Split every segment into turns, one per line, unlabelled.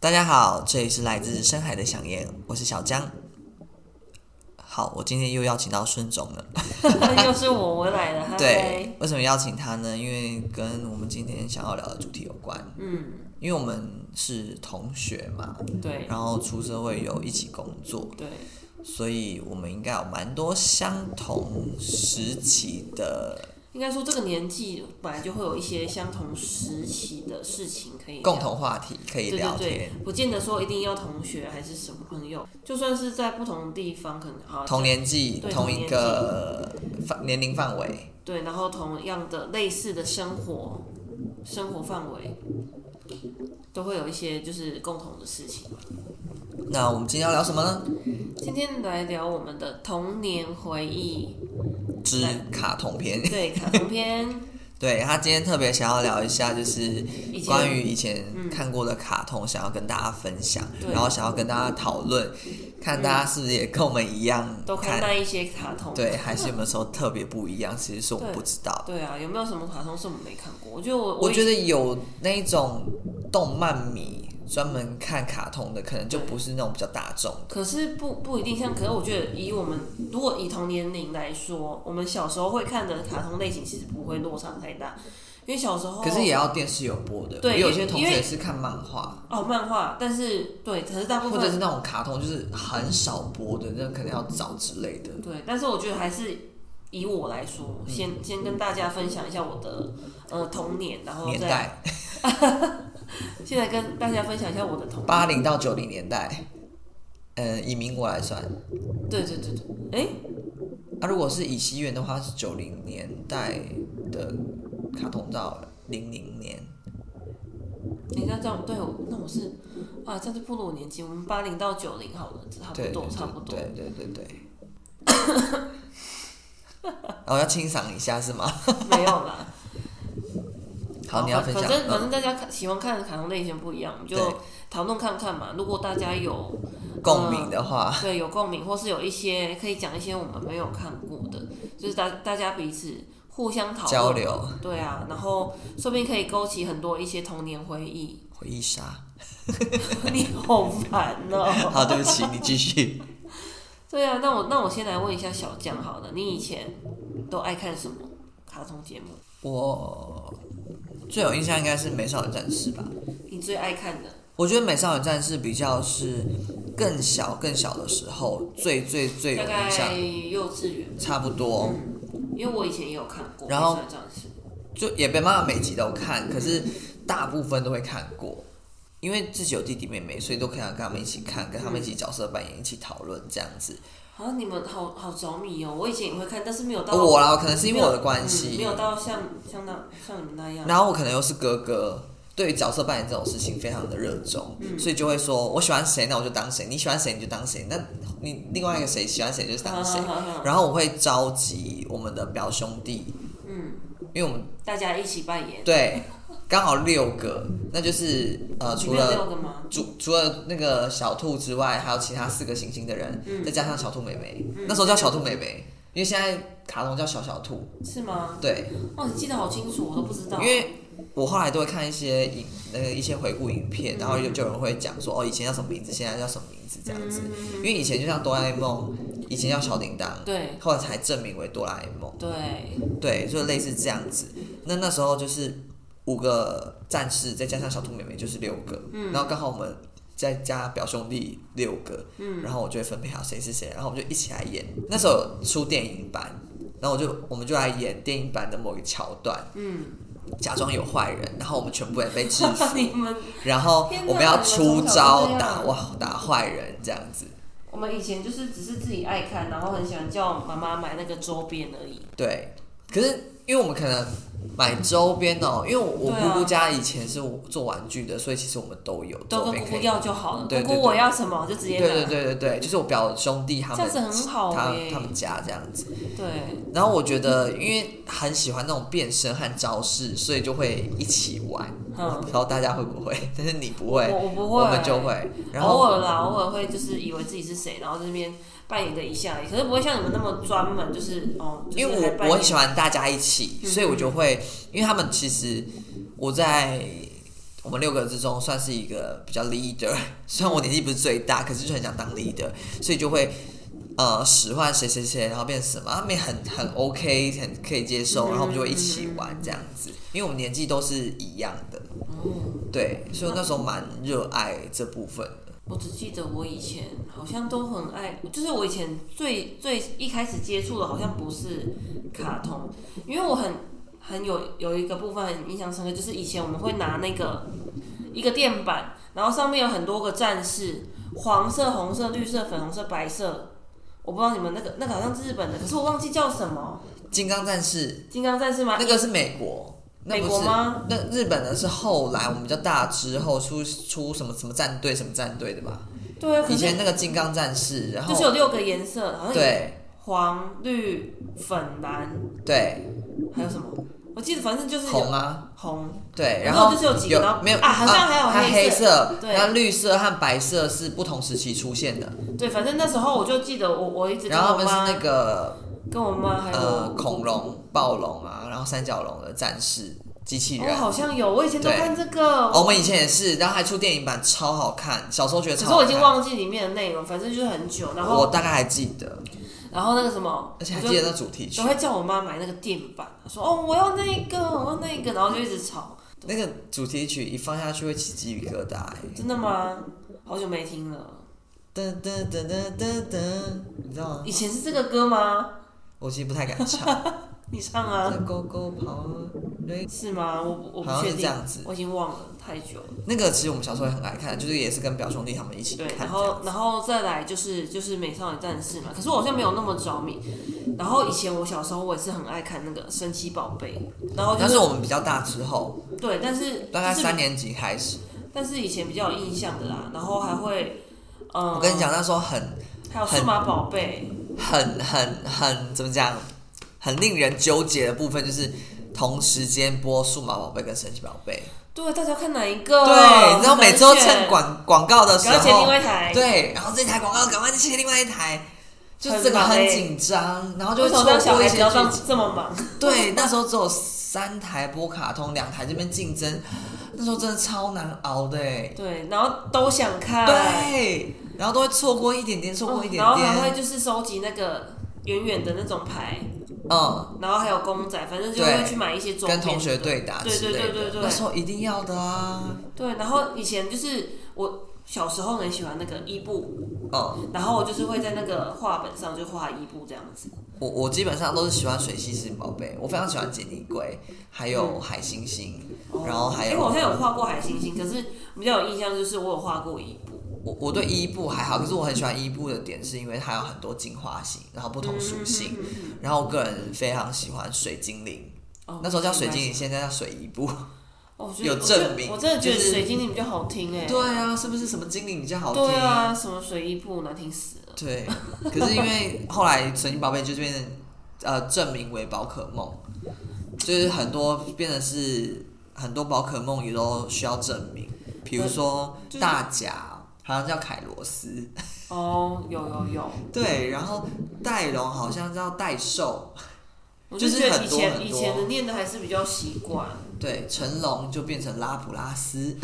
大家好，这里是来自深海的响燕，我是小江。好，我今天又邀请到孙总了。
又是我，我来了。嗨
对，，为什么邀请他呢？因为跟我们今天想要聊的主题有关，
嗯，
因为我们是同学嘛，
对
然后出社会有一起工作，
对，
所以我们应该有蛮多相同时期的
应该说这个年纪本来就会有一些相同时期的事情可以聊
共同话题可以
对
聊
对
天。
对，不见得说一定要同学还是什么朋友，就算是在不同地方，可能啊
同年纪、
对
同一个范年龄范围，
对，然后同样的类似的生活生活范围，都会有一些就是共同的事情。
那我们今天要聊什么呢？
今天来聊我们的童年回忆，
之卡通片。
对卡通片
对他今天特别想要聊一下，就是
以前嗯
关于以前看过的卡通，想要跟大家分享，
对
然后想要跟大家讨论，看大家是不是也跟我们一样
嗯都看那一些卡通，
对，还是有没有时候特别 不一样？其实是我们
对
不知道。
对啊，有没有什么卡通是我们没看过？我觉得我，
我觉
得
得有那一种动漫迷专门看卡通的，可能就不是那种比较大众。
可是不不一定像，可是我觉得以我们如果以同年龄来说，我们小时候会看的卡通类型其实不会落差太大，因为小时候
可是也要电视有播的，
对
我有些同
因
学
为
是看漫画。
哦漫画，但是对，可是大部
或者是
分
那种卡通，就是啊很少播的，那可能要找之类的。
对，但是我觉得还是以我来说，
嗯
先先跟大家分享一下我的呃童年，然后
年
再
代，
现在跟大家分享一下我的童
八
年。
零到九零年代，呃，以民国来算，
对对对对，哎、
那、如果是以西元的话，是九零年代的卡通到零零年，
你看这样，对我，那我是，哇，这样就不如我年纪，我们八零到九零好了，差
对
啊
对
不多，差不多
对。对对 对。然后哦要清赏一下是 吗？
没有啦。 哦
好，你要分享。
反正反
嗯
正大家看喜欢看的卡通类型不一样，我们就
对
讨论看看嘛。如果大家有
共鸣的话，
对有共鸣，或是有一些可以讲一些我们没有看过的，就是大大家彼此互相讨论
交流。
对啊，然后说不定可以勾起很多一些童年回忆。
回忆杀。
你好烦哦、
好，对不 起，你继续。
对啊，那我那我先来问一下小江好了，你以前都爱看什么卡通节目？
我最有印象应该是《美少女战士》吧。
你最爱看的？
我觉得《美少女战士》比较是更小更小的时候最最最有
大
印
概
象，
幼稚园，嗯
差不多
因为我以前也有看过
哦
《
然后
美少女战士》。
就也被妈妈每集都看，可是大部分都会看过，因为自己有弟弟妹妹，所以都可以跟他们一起看，跟他们一起角色扮演，一起讨论这样子。
啊，你们好好着迷哦！我以前也会看，但是没有到
哦我啦，可能是因为
没有
我的关
嗯没
系，
有到像像那像你们那样。
然后我可能又是哥哥。对于角色扮演这种事情非常的热衷，
嗯
所以就会说我喜欢谁，那我就当谁；你喜欢谁，你就当谁；那你另外一个谁喜欢谁，就是当谁。
好好好
然后我会召集我们的表兄弟，
嗯，
因为我们
大家一起扮演。
对刚好六个，那就是呃
你
除
们有
了
六个吗？
除除了那个小兔之外，还有其他四个行星的人，再加上小兔妹妹，那时候叫小兔妹妹，因为现在卡通叫小小兔，
是吗？
对，
哦，你记得好清楚，我都不知道。
因为。我后来都会看一些影，那个一些回顾影片，然后有就有人会讲说，哦，以前叫什么名字，现在叫什么名字这样子。因为以前就像哆啦 A 梦，以前叫小叮当，
对
后来才证明为哆啦 A 梦。
对，
对，就类似这样子。那那时候就是五个战士，再加上小兔妹妹就是六个，然后刚好我们再加表兄弟六个，然后我就会分配好谁是谁，然后我们就一起来演。那时候有出电影版，然后我就我们就来演电影版的某一个桥段，假装有坏人，然后我们全部人被制服
你们
然后
天哪
我们要
你
出
们从小就
招
这样
打哇打坏人这样子。
我们以前就是只是自己爱看，然后很喜欢叫妈妈买那个周边而已。
对，可是因为我们可能买周边哦、因为我我
对
姑
啊
姑家以前是做玩具的，所以其实我们都有
都
周
跟
边
姑
可
姑
以。
要就好了，
对
姑
对
姑我要什么就直接
对
拿。
对对对对，就是我表兄弟他
这
们
样子很好
他
欸
他们家这样子。
对
然后我觉得，因为很喜欢那种变身和招式，所以就会一起玩。
嗯
不知道大家会不会？但是你不会，
我我不会，
我们就会。然
偶
后
尔啦，偶尔会就是以为自己是谁，然后这边扮演个一下而已，可是不会像你们那么专门，就是哦，就是、
因为
还
我
扮
我
演
很
嗯
喜欢大家一起，所以我就会，因为他们其实我在我们六个之中算是一个比较 leader，虽 然我年纪不是最大，可是就很想当 leader，所以就会呃使唤谁谁谁，然后变成什么，他们也很很 OK，很可以接
嗯
受，然后我们就会一起玩这样子，因为我们年纪都是一样的，
嗯
对，所以我那时候蛮热爱这部分的，
我只记得我以前好像都很爱，就是我以前最最一开始接触的好像不是卡通，因为我很很有有一个部分很印象深刻，就是以前我们会拿那个一个垫板，然后上面有很多个战士，黄色、红色、绿色、粉红色、白色，我不知道你们那个那个好像是日本的，可是我忘记叫什么，
金刚战士
金刚战士吗？
那个是美国。那
美
不
国
是
吗？
那日本的是后来我们比较大之后出出什么什么战队什么战队的吧？
对啊，可
以
是
前那个金刚战士，然后
就是有六个颜色，好像有
对
黄、绿、粉、蓝，
对
还有什么？我记得反正就是有
红啊，
红，
对，
然
然
后
后
就是有几个然后
没有
啊好像还有
它
黑
黑色，
对
那绿色和白色是不同时期出现的，
对，反正那时候我就记得我我一直跟
然后他们
我妈、
是那个
跟我妈还有
呃恐龙、暴龙啊，然后三角龙的战士、机器
哦，
人。
好像有，我以前都
对
看这个，
哦我们以前也是，然后还出电影版，超好看。小时候觉得
只
超
是
好
我
看，
已经忘记里面的内容，反正就是很久，然
我
后
大概还记得，
然后那个什么，
而且还
我就
记得那主题曲
我。会叫我妈买那个垫板，她说哦我要那个我要那个，然后就一直吵，
那个主题曲一放下去会起鸡皮疙瘩、欸，
真的吗？好久没听了，
噔噔噔噔噔噔，你知道吗？
以前是这个歌吗？
我其实不太敢唱。
你唱啊，
狗狗跑，对，
是吗？我 我不
好像
确
是这
定
样子，
我已经忘了太久了。
那个其实我们小时候也很爱看，就是也是跟表兄弟他们一起
对
看，这
然
样。
后然后再来就是就是美少女战士嘛，可是我好像没有那么着迷。然后以前我小时候我也是很爱看那个神奇宝贝，然后就
但是我们比较大之后，
对，但是
大概
就是
三年级开始，
但是以前比较有印象的啦，然后还会嗯，
我跟你讲，，那时候很
还有数码宝贝，
很很很怎么讲，很令人纠结的部分就是同时间播《数码宝贝》跟《神奇宝贝
对，大家看哪一个？》。
对，你知道每周
很难
趁
选
广广告的时
赶快切另
候
外，一台，
对，然后这台广告赶快切另外一台，就
很
这个
忙
很
欸
紧张，然后就
为
会
什么
错
让小
过
孩
一
子
些
要
剧
这
情。
这么忙？
对，那时候只有三台播卡通，两台这边竞争，那时候真的超难熬的欸。
对，然后都想看，
对，然后都会错过一点点，错过一点
哦然后还会
点。
就是收集那个远远的那种牌，
嗯，
然后还有公仔，反正就会
对
去买一些周边
跟同学
对
对打
对
之
对
类
对对
的，
对
那时候一定要的啊。
对，然后以前就是我小时候很喜欢那个伊布，
嗯，
然后我就是会在那个画本上就画伊布这样子。
我我基本上都是喜欢水系四宝贝，我非常喜欢杰尼龟，还有海星星，然后还
因为
有
嗯哦我好
我
像有画过海星星，可是比较有印象就是我有画过伊布。
我对伊布还好，可是我很喜欢伊布的点是因为它有很多进化型，然后不同属性，
嗯嗯嗯嗯
然后我个人非常喜欢水精灵，
哦
那时候叫水
明白
精灵，现在叫水伊布。
哦我觉得
有证明
我真的觉得
就是
水晶灵比较好听哎、
对啊，是不是什么精灵比较好听？
对啊，什么水伊布难听死了。
对，可是因为后来神奇宝贝就变成呃证明为宝可梦，就是很多变成是很多宝可梦也都需要证明，比如说
就是
大甲好像叫凯罗 斯，
哦，有有有，
对，然后戴龙好像叫戴兽，
我
就是
觉得
很
以
多
前
很
以
多
前的念的还是比较习惯，
对，成龙就变成拉普拉斯，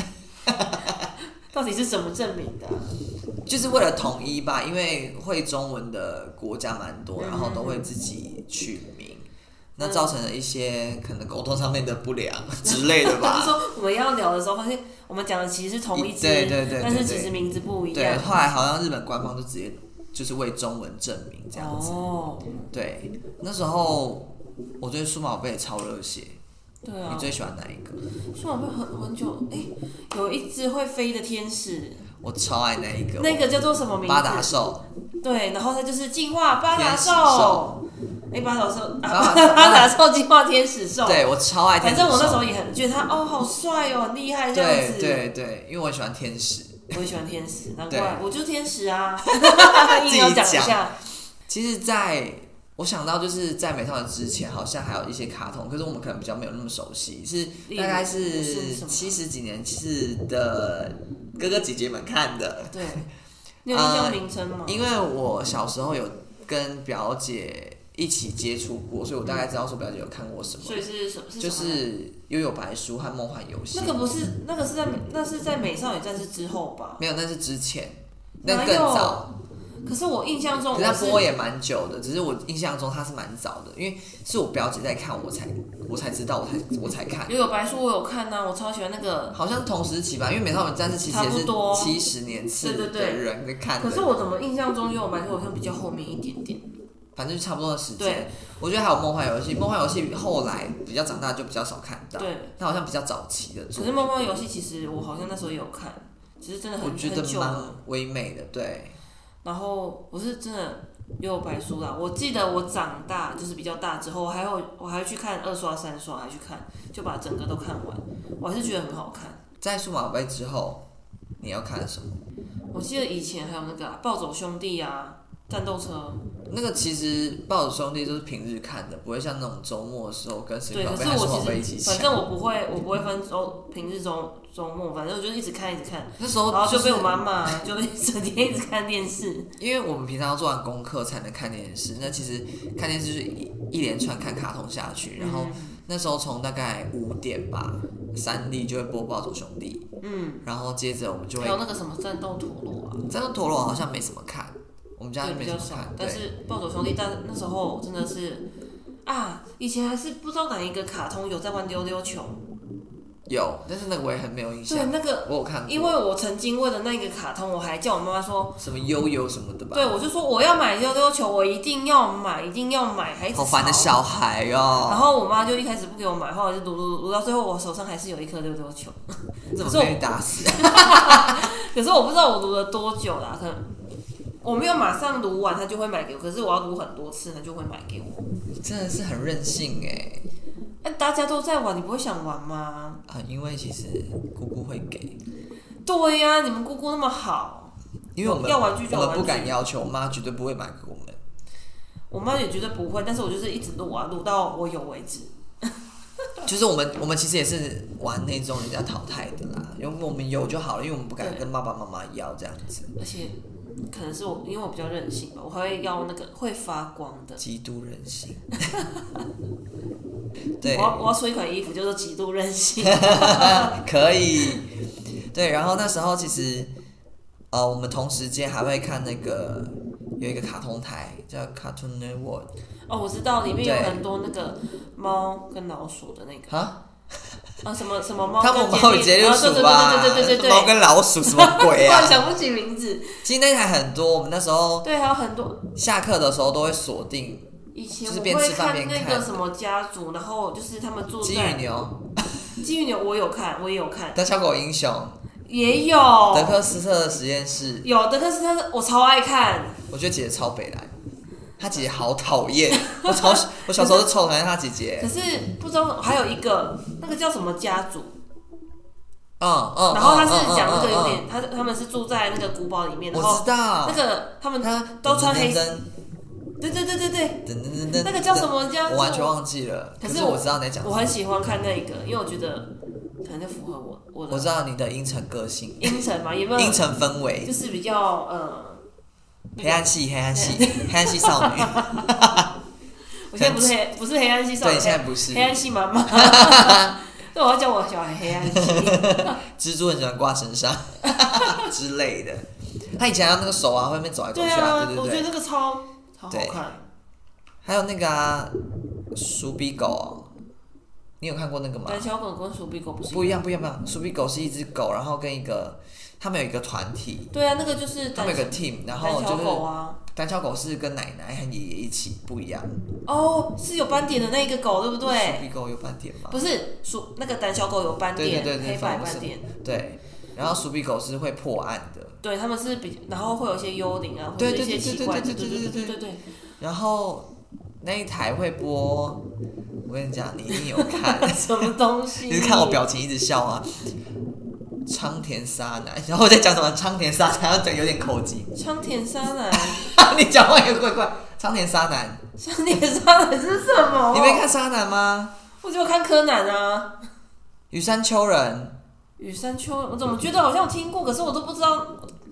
到底是怎么证明的啊、
就是为了统一吧，因为会中文的国家蛮多，
嗯
然后都会自己取名，那造成了一些可能沟通上面的不良之类的
就是
吧。
说我们要聊的时候，发现我们讲的其实是同一只，
对对对对
但是
对
其实名字不一
对，
样。
后来好像日本官方就直接就是为中文证明这样子。
哦，
对，那时候我对数码宝贝也超热血。
对
你
啊，
最喜欢哪一个？
数码宝贝很很久，哎、有一只会飞的天使，
我超爱那一个。
那个叫做什么名字？
八达兽，
对，然后它就是进化八达
天使
兽
兽。
哎、八达兽，
达
啊， 八达兽进化天使兽。，
对我超爱天
反
使兽。
正我那时候也很觉得它哦，好帅哦，很厉害这样
对
子。
对对，因为我很喜欢天使。
我也喜欢天使，难
对
怪我就是天使 啊！
己
硬要讲一
讲
下，
其实在，我想到就是在美少女之前，好像还有一些卡通，可是我们可能比较没有那么熟悉，是
例如
大概
是
是
什么
七十几年次的哥哥姐姐们看的，
对，你有印象
呃
名称吗？
因为我小时候有跟表姐一起接触过，所以我大概知道说表姐有看过什么，
所以是什么？是
就
什么呢
是《幽游白书》和《梦幻游戏》
那个不是那个是在美那是在美少女战士之后吧？
没有，那是之前，
哪
那
有
更早，
可是我印象中
可是
我
它播
是
也蛮久的，只是我印象中它是蛮早的，因为是我表姐在看，我才我才知道，我才我才看，
有有白书我有看呐、我超喜欢那个。
好像同时期吧，因为美少女战士其实
差
也
不
是
多
七十年次
对对
的
对
人在看的，
可是我怎么印象中有有白书我好像比较后面一点点？
反正就差不多的时间
对。
我觉得还有梦幻游戏，梦幻游戏后来比较长大就比较少看到，
对，
它好像比较早期的作品
可是梦幻游戏其实我好像那时候也有看，只是真的很
我觉得
很久了。
蛮唯美的，对。
然后我是真的有白书啦，我记得我长大就是比较大之后，我还有我还去看二刷三刷，还去看，就把整个都看完，我还是觉得很好看。
在数码宝贝之后，你要看什么？
我记得以前还有那个、啊《暴走兄弟》啊，《战斗车
那个其实《暴走兄弟》都是平日看的，不会像那种周末的时候跟》。谁
对，
宝
可
贝
是
和数码
我
宝贝一起
其实反
抢。
正我不会，我不会分周平日周周末，反正我就是一直看一直看，
那时候、
然后
哦就
就是被我妈骂，啊就被整天一直看电视。
因为我们平常要做完功课才能看电视，那其实看电视就是一一连串看卡通下去，然后
嗯
那时候从大概五点吧，三 D 就会播《暴走兄弟》，
嗯，
然后接着我们就
还有
会，
那个什么战斗陀螺啊，
战斗陀螺好像没什么看，我们家就
对，
没
比
什
较
么
少
看，，
但
对，
是《暴走兄弟》但那时候真的是啊，以前还是不知道哪一个卡通有在玩溜溜球，
有，但是那个我也很没有印
对
象，
那个，
我有看过，
因为我曾经为了那个卡通，我还叫我妈妈说，
什么悠悠什么的吧，
对我就说我要买溜溜球，我一定要买，一定要买，还一直
好烦的
吵。
小孩哦、
然后我妈就一开始不给我买，后来就撸撸撸到最后，我手上还是有一颗溜溜球。
怎么
可是我
被打死？
可是我不知道我撸了多久啦，可能我没有马上撸完，她就会买给我。可是我要撸很多次，她就会买给我。
真的是很任性哎、
那大家都在玩，你不会想玩吗？
啊！因为其实姑姑会给，
对呀、你们姑姑那么好，
因为我们
要玩具就
我
玩具
们不敢要求，我妈绝对不会买给我们。
我妈也绝对不会，但是我就是一直录啊，录到我有为止。
就是我们我们其实也是玩那种人家淘汰的啦，因为我们有就好了，因为我们不敢
对
跟爸爸妈妈要这样子。
而且可能是我，因为我比较任性吧，我还会要那个会发光的。
极度任 性，
我
对，
要我要出一款衣服，叫做极度任性。
可以，对。然后那时候其实，呃，我们同时间还会看那个有一个卡通台叫 Cartoon Network
哦，我知道里面有
对
很多那个猫跟老鼠的那个
啊，
啊，什么什么猫
他们
跟
猫与
杰
杰
利
利
鼠，
鼠
啊
吧，
对对对对对对对，
猫跟老鼠什么鬼
突
啊？
然想不起名字。
其实那台很多，我们那时候
对，还有很多
下课的时候都会锁定
以前
就是
我
边
会
吃饭边
那
看
个什么家族，然后就是他们住
金
在
鱼牛、
金鱼牛，我有看，我也有看，
胆小狗英雄、
也有
德克斯特的实验室。
有的，但是他我超爱看，
我觉得姐姐超北蓝，她姐姐好讨厌，我 超我小时候就超讨厌她姐姐
可。是不知道还有一个那个叫什么家族，
嗯嗯，
然后他
嗯
是讲那个
嗯
有，
嗯嗯嗯
点，他他们是住在那个古堡里面，
我
然
知
后
道
那。个他们
她
都穿黑
噔
对对对对对，
噔噔噔噔，
那个叫什么家
我完全
族？
忘记了。
可
可
是
是
我
我知道你在讲什
我
么，
很喜欢看那一个，因为我觉得可能就符合我
我
我的
知道你的阴沉个性、
阴沉嘛，有没
阴
有？
沉氛围。
就是比较呃，
黑暗系，黑暗系，黑暗系 少女。
我现在不是黑不是黑暗系少
对，
女，
你现在不是
黑暗系妈妈。对，我要叫我小孩黑暗系。
蜘蛛很喜欢挂身 上之类的。他以前还有那个手啊，会面走来走
对
去
啊，
对
我
对
觉
对。
得那个超超好
对
看，
还有那个啊，鼠比狗，啊你有看过那个吗？
胆小狗跟鼠比狗不是
不一样，不一样，不一样。鼠比狗是一只狗，然后跟一个他们有一个团体，
对啊，那个就是
他
胆
们有个 team，然后
胆小
就是
狗啊。
胆小狗是跟奶奶和爷爷一起，不一样。
哦，是有斑点的那一个狗，对不
鼠
对？
比狗有斑点吗？
不是，鼠那个胆小狗有斑点，
对对对对
黑白
粉红色
斑点。
对，然后鼠比狗是会破案的。
对，他们是比，然后会有一些幽灵啊，或者
对对
一些奇怪的，
对
对
对对
对
对
对
对
对对。
然后那一台会播，我跟你讲，你一定有 看，
什么东西？
你是看我表情一直笑啊。苍田沙男，然后我在讲什么？苍田沙男，要讲有点口技。
苍田沙男，
你讲话也怪怪。苍田沙男，
苍田沙男是什么？
你没？看沙男吗？
我就看柯南啊，
羽山丘人，
羽山丘，我怎么觉得好像有听过，可是我都不知道。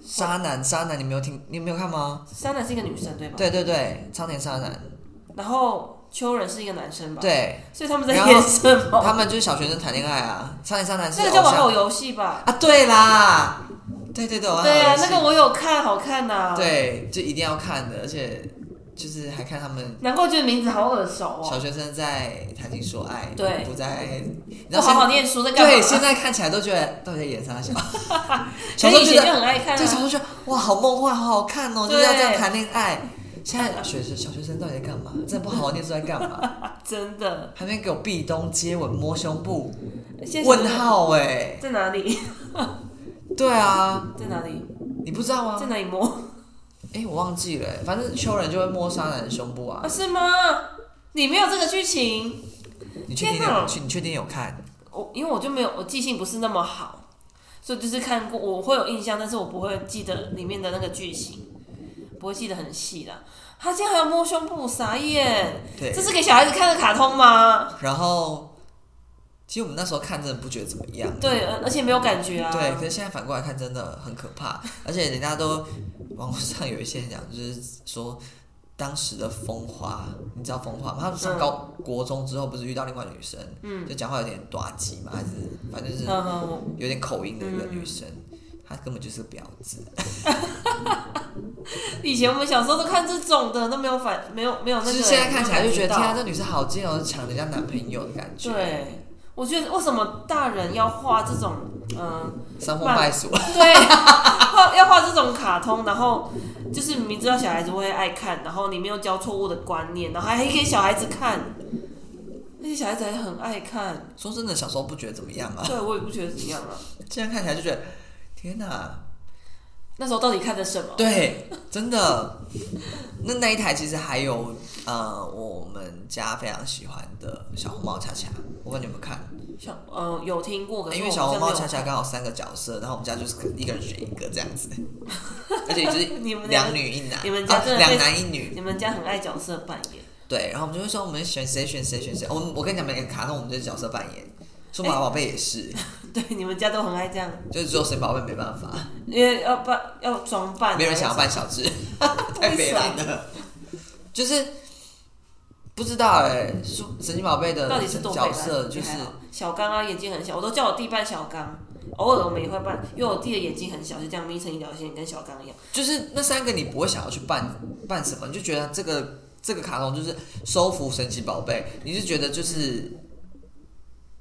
沙男，沙男，你没有听，你没有看吗？
沙男是一个女生对吧？
对对对，苍田沙男，
然后秋人是一个男生吧？，
对，
所以他们在
然后
演什么？
他们就是小学生谈恋爱啊，少年少男是
哦 那个
偶
叫玩
像
偶游戏吧？
啊，对啦，对对对，玩偶
对啊，
游戏
那个我有看，好看啊呐、，
对，就一定要看的，而且就是还看他们
难怪觉得名字好耳熟哦。
小学生在谈情说爱，
对
不在，你知
不
道
好
现
好念书在干嘛？
对现在看起来都觉得到底在演啥 小，小
所
时候
哎以以
觉
前就
得
很爱看、
对小时
啊。
候觉得哇好梦幻，好好看哦，就是要这样
对
谈恋爱。现在学生小学生到底在干嘛？真的不好好念书在干嘛？
真的。
还没给我壁咚、接吻、摸胸部，
现在
问号哎、
在哪里？
对啊，
在哪里？
你不知道吗
在？哪里摸？
哎、我忘记了欸、反正秋人就会摸沙男的胸部啊
啊，。是吗？你没有这个剧情，
你确定
天哪
有？去你确定有看？
我因为我就没有，我记性不是那么好，所以就是看过，我会有印象，但是我不会记得里面的那个剧情，不会记得很细啦。他竟然还要摸胸部，傻眼！
对
这。是给小孩子看的卡通吗？
然后，其实我们那时候看真的不觉得怎么样。
对，而而且没有感觉啊。
对，可是现在反过来看，真的很可怕。 而且人家都网络上有一些人讲，就是说当时的风华，你知道风华吗？他上高、国中之后，不是遇到另外女生，
嗯
就讲话有点短叽嘛，还是反正就是
嗯嗯，我
有点口音的一个女生，她根本就是个婊子。
以前我们小时候都看这种的，都没有反，没有没有那个。
就是现在看起来就觉得，
没有
天啊，
感
这女生好贱哦，抢人家男朋友的感觉，
到，对，我觉得为什么大人要画这种，嗯、
伤风败俗。
对， 画要画这种卡通，然后就是明知道小孩子会爱看，然后你没有教错误的观念，然后还给小孩子看，那些小孩子还很爱看，
说真的，小时候不觉得怎么样啊，
对我也不觉得怎样啊。
现在看起来就觉得，天哪，
那时候到底看的什么？
对，真的。那那一台其实还有呃，我们家非常喜欢的小红帽恰恰，我问你们看，
小嗯、有听过，可是
因为
我
小
好
红
像没
帽
有
恰恰刚好三个角色，然后我们家就是一个人选一个这 样子，而且就是
你们两
两女一男，
你们家
啊
真的
两
被
男一女，
你们家很爱角色扮演，
对，然后我们就会说我们选谁选谁选谁，我们我跟你讲每个卡通我们就是角色扮演，
哎
数码宝贝也是，
对，你们家都很爱这样。
就是只有神奇宝贝没办法，
因为要扮要装扮啊，
没人想要扮小 智，太北蓝了。就是不知道哎、说神奇宝贝的
到底是多北
角
蓝
色就
也
是
还好小刚啊，眼睛很小，我都叫我弟扮小刚，偶尔我们也会扮，因为我弟的眼睛很小，就这样眯成一条线，跟小刚一样。
就是那三个你不会想要去扮扮什么，你就觉得这个这个卡通就是收服神奇宝贝，你就觉得就是。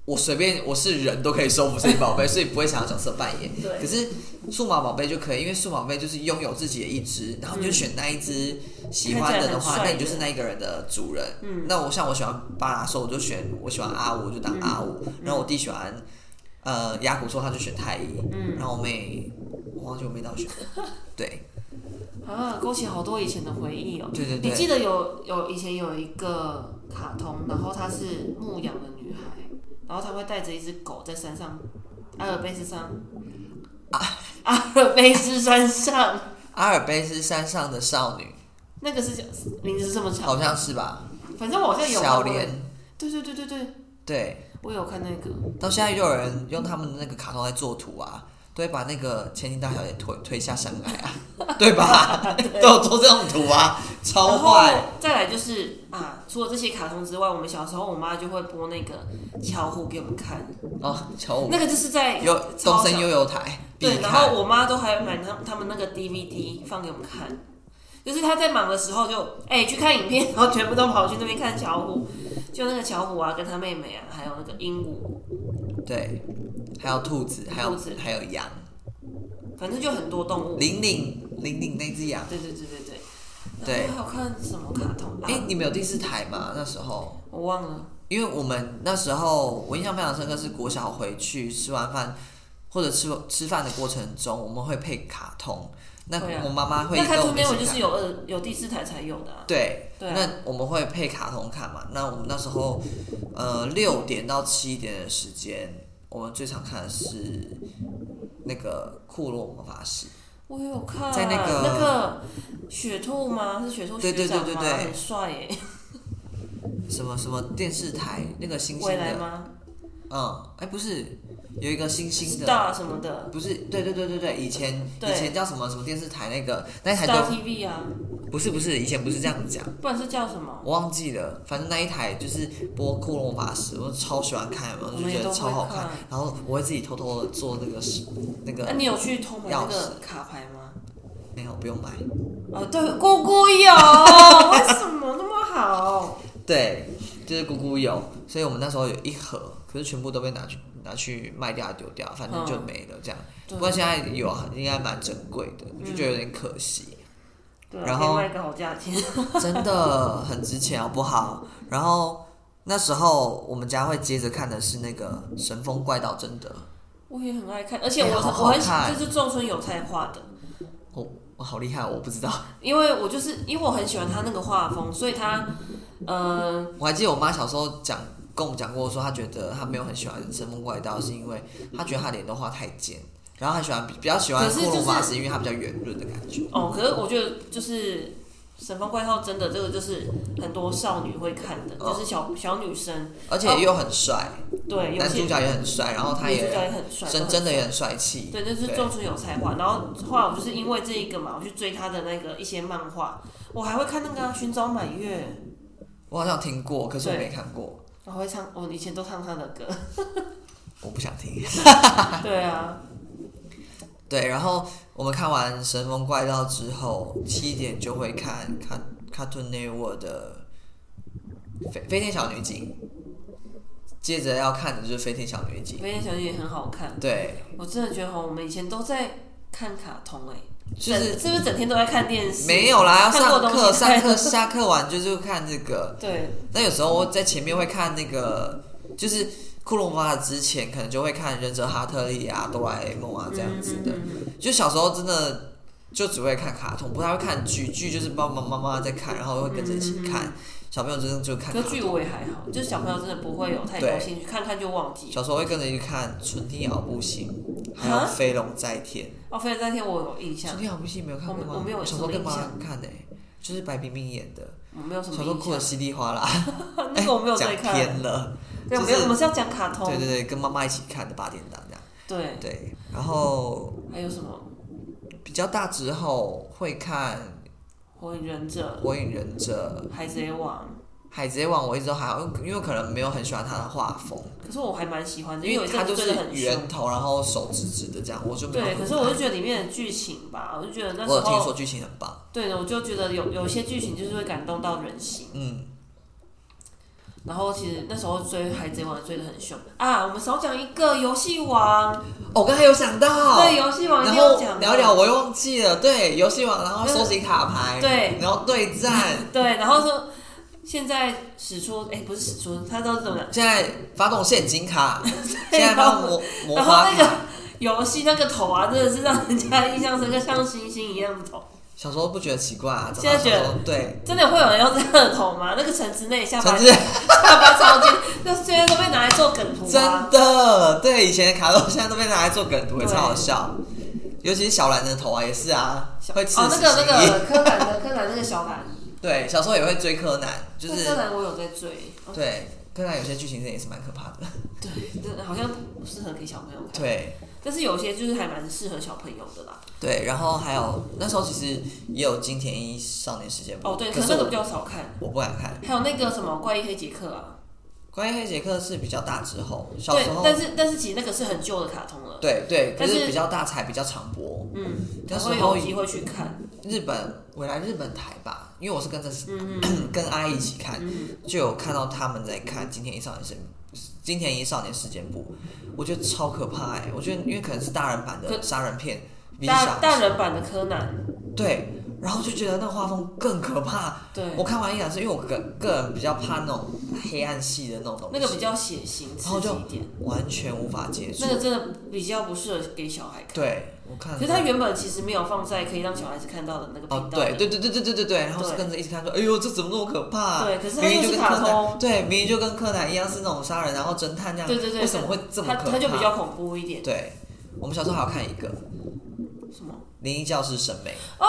我随便我是人都可以收服神奇宝贝，所以不会想要角色扮演。
对
可是数码宝贝就可以，因为数码宝贝就是拥有自己的一只，然后你就选那一只喜欢的的话，那
看起来很帅的
你就是那一个人的主人。
嗯
那我像我喜欢巴拉兽，我就选我喜欢阿五，我就当阿五。然后我弟喜欢呃雅古兽，他就选太一。
嗯
然后我妹，我忘记我妹 到选。对
啊，勾起好多以前的回忆哦。
对对
你
对，
记得有有以前有一个卡通，然后她是牧羊的女孩，然后她会带着一只狗在山上，阿尔卑斯山，
啊
阿尔卑斯山上，
阿尔卑斯山上的少女，
那个是叫名字是这么长，
好像是吧？
反正我好像有看
小
过
莲，
对对对对对，
对。
我有看那个。
到现在又有人用他们的那个卡通来做图啊，都会把那个千金大小姐推推下山来 啊，对吧？都有做这种图啊，超
然后
坏。
再来就是啊，除了这些卡通之外，我们小时候我妈就会播那个巧虎给我们看，
哦，求我
那个就是在
有
超
东
小
森悠悠台必
对，然
看
后，我妈都还买他他们那个 DVD 放给我们看，就是她在忙的时候就哎、去看影片，然后全部都跑去那边看巧虎，就那个巧虎啊，跟她妹妹啊，还有那个鹦鹉，
对，还有兔子，还有
兔子
还有羊，
反正就很多动物。
玲玲玲玲那只羊。
对对对对对。
对
然后还有看什么卡通？
哎、
啊，
你们有第四台吗？那时候？
我忘了。
因为我们那时候我印象非常深刻，是国小回去吃完饭或者吃吃饭的过程中，我们会配卡通。那
对啊
我妈妈会
那
跟
卡
我
通
们一起
片我
看。
就是有二有第四台才有的、啊。
对，
对啊
那我们会配卡通看嘛？那我们那时候，呃，六点到七点的时间，我们最常看的是那个《库洛魔法使》。
我有看，
在那个
那个雪兔吗？是雪兔
对
学
对
长吗？
对对对
很帅耶，
什么什么电视台那个星星
未来
的
吗？
嗯，哎，不是，有一个星星的，
Star 什么的
不是，对对对对对，以前
对
以前叫什么什么电视台那个那一台
，Star
都
TV 啊，
不是不是，以前不是这样讲，
不然是叫什么？
我忘记了，反正那一台就是播《库洛法师》，我超喜欢看，然后就觉得超好
我
看
们也都会看，
然后我会自己偷偷的做那个是那
那、
个
你有去偷买那
钥
个
匙
卡牌吗？
没有不用买，
哦，对，姑 姑有，为什么那么好？
对，就是姑姑有，所以我们那时候有一盒，可是全部都被拿去拿去卖掉丢掉，反正就没了这样。
嗯对
不
嗯
过现在有啊，应该蛮珍贵的，我就觉得有点可惜。
对啊，
然后
可以卖个好价钱。
真的很值钱，好不好？然后那时候我们家会接着看的是那个《神风怪盗贞德》，
我也很爱看，而且我、
哎好好
我很
看
就是仲村有菜画的，
我、我好厉害，我不知道。
因为我就是因为我很喜欢他那个画风，所以他呃
我还记得我妈小时候讲跟我们讲过，说她觉得她没有很喜欢《神风怪盗》，是因为她觉得她脸都画太尖，然后她喜欢比比较喜欢
可是
库
就是
洛法师，因为它比较圆润的感觉。
哦，可是我觉得就是《神风怪盗》真的这个就是很多少女会看的，
哦
就是小小女生
而且又很帅，
对，有
嗯男
些
主角也很帅，然后他
女主角
也
也很帅，
真
都
真的
很
也很
帅
帅气。
对，就是
对
仲春有才华。然后后来我就是因为这一个嘛，我去追他的那个一些漫画，我还会看那个、啊《寻找满月
我好像听过，可是我
对
没看过，》，
我会唱，哦我以前都唱他的 歌。
我不想听。
对啊，
对，然后我们看完《神风怪盗》之后，七点就会看看 Cartoon Network 的《飞飞天小女警》，接着要看的就是《飞天小女警
《飞天小女警》也很好看》。，
对，
我真的觉得哦，我们以前都在看卡通哎、
就
整
是
是不是整天都在看电视？
没有啦，要
看
上
过东西
课，上
看
课下课完就是看这个。
对，
那有时候我在前面会看那个，就是《库洛魔法》之前，可能就会看《忍者哈特利》啊、《哆啦 A 梦》啊这样子的。
嗯嗯嗯嗯
就小时候真的就只会看卡通，不太会看剧，剧就是爸爸妈妈在看，然后会跟着一起看。小朋友真的就看
歌
卡
剧
通，
我也还好，就是小朋友真的不会有太多
对
兴趣，看看就忘记。
小时候会跟着去看《春天摇步行》，还有
啊
《飞龙在天》。
哦，飞在天我有印
《春
象，
天摇步行》没有看过
我
吗？
没我没有
小时候
什么
跟
印
妈
象
妈看呢、就是白冰冰演的，
我没有什
小
么
时候
印
哭的
象。
稀里哗啦。
那个我没有在
讲
看，
偏了，
对，我
就
没有，
是
我们是要讲卡通。
对对对，跟妈妈一起看的八点档这样。
对
对，然后
还有什么
比较大之后会看
火影忍
《
者、
火影忍者》
海贼王？
《海贼王》，我一直都还好，因为因为可能没有很喜欢他的画风。
可是我还蛮喜欢的，因
因
为有
为
一
它就
阵子
是
追的很
圆
凶。
头，然后手指指的这样，我就没有
对，
很爱。
可是我就觉得里面的剧情吧，我就觉得那
我有
时
听说
候，
剧情很棒，
对，我就觉得有有些剧情就是会感动到人心。
嗯，
然后其实那时候追海贼王追的很凶啊，我们少讲一个游戏王，
哦我刚才有想到，
对，游戏王一
然
定要
后
讲的
聊聊，我又忘记了，对，游戏王，然后
嗯
收集卡牌，
对
然后对 战，
对，然后说现在使出，哎，不是使出，他都是怎么样？
现在发动现金卡，现在发动魔魔
然后
法
那
卡。
个游戏那个头啊，真的是让人家印象深刻，像星星一样的头。
小时候不觉得奇怪啊，长
现在
大
觉得
小时候对，
真的会有人用这样的头吗？那个橙子内下巴
甚至
下巴超尖，那现在都被拿来做梗图啊
真。的对以前的卡通，现在都被拿来做梗图，也
对
超好笑。尤其是小兰的头啊，也是啊，会刺
哦，那
死
个那
蜥蜴
个柯南的柯南那个小兰，
对，小时候也会追柯南， 就
那
是
柯南我有在追，哦
对，柯南有些剧情真的也是蛮可怕的。
对，真的好像不适合给小朋友看，
对
但是有些就是还蛮适合小朋友的啦。
对，然后还有那时候其实也有金田一少年事件簿，
哦，对，可
可
是
是
那个
我
比较少看，
我不敢看。
还有那个什么怪异黑杰克啊，
关于黑杰克是比较大之后，小
对
时，候
但是但是其实那个是很旧的卡通了，
对对，可
但是
是比较大才比较常播。
嗯，
那
才
时
会
候
有机会去看，
日本我来日本台吧，因为我是跟着、
嗯
跟阿姨一起看，
嗯，
就有看到他们在看金田一少年事金田一少年事件簿，我觉得超可怕哎、我觉得因为可能是大人版
可
的杀人片，比
大
小
大人版的柯南，
对，然后就觉得那个画风更可怕。
对，
我看完一两次，因为我个个人比较怕那种黑暗系的那种东西，
那个比较血腥
然后
刺激
就
一点，
完全无法接受。
那个真的比较不适合给小孩看。
对，我看了。
可是它原本其实没有放在可以让小孩子看到的那个频
哦
道，
对
里。
对对对对对对对，然后
对
是跟着一起看说，哎呦，这怎么那么可怕、
对可是它
明啊明
又
就是跟柯
卡通
南，对，明明就跟柯南一样是那种杀人然后侦探那样，
对对对
为什么会这么
它
可怕？
它就比较恐怖一点。
对，我们小时候还要看一个《
什么？
灵异教室》审美，
哦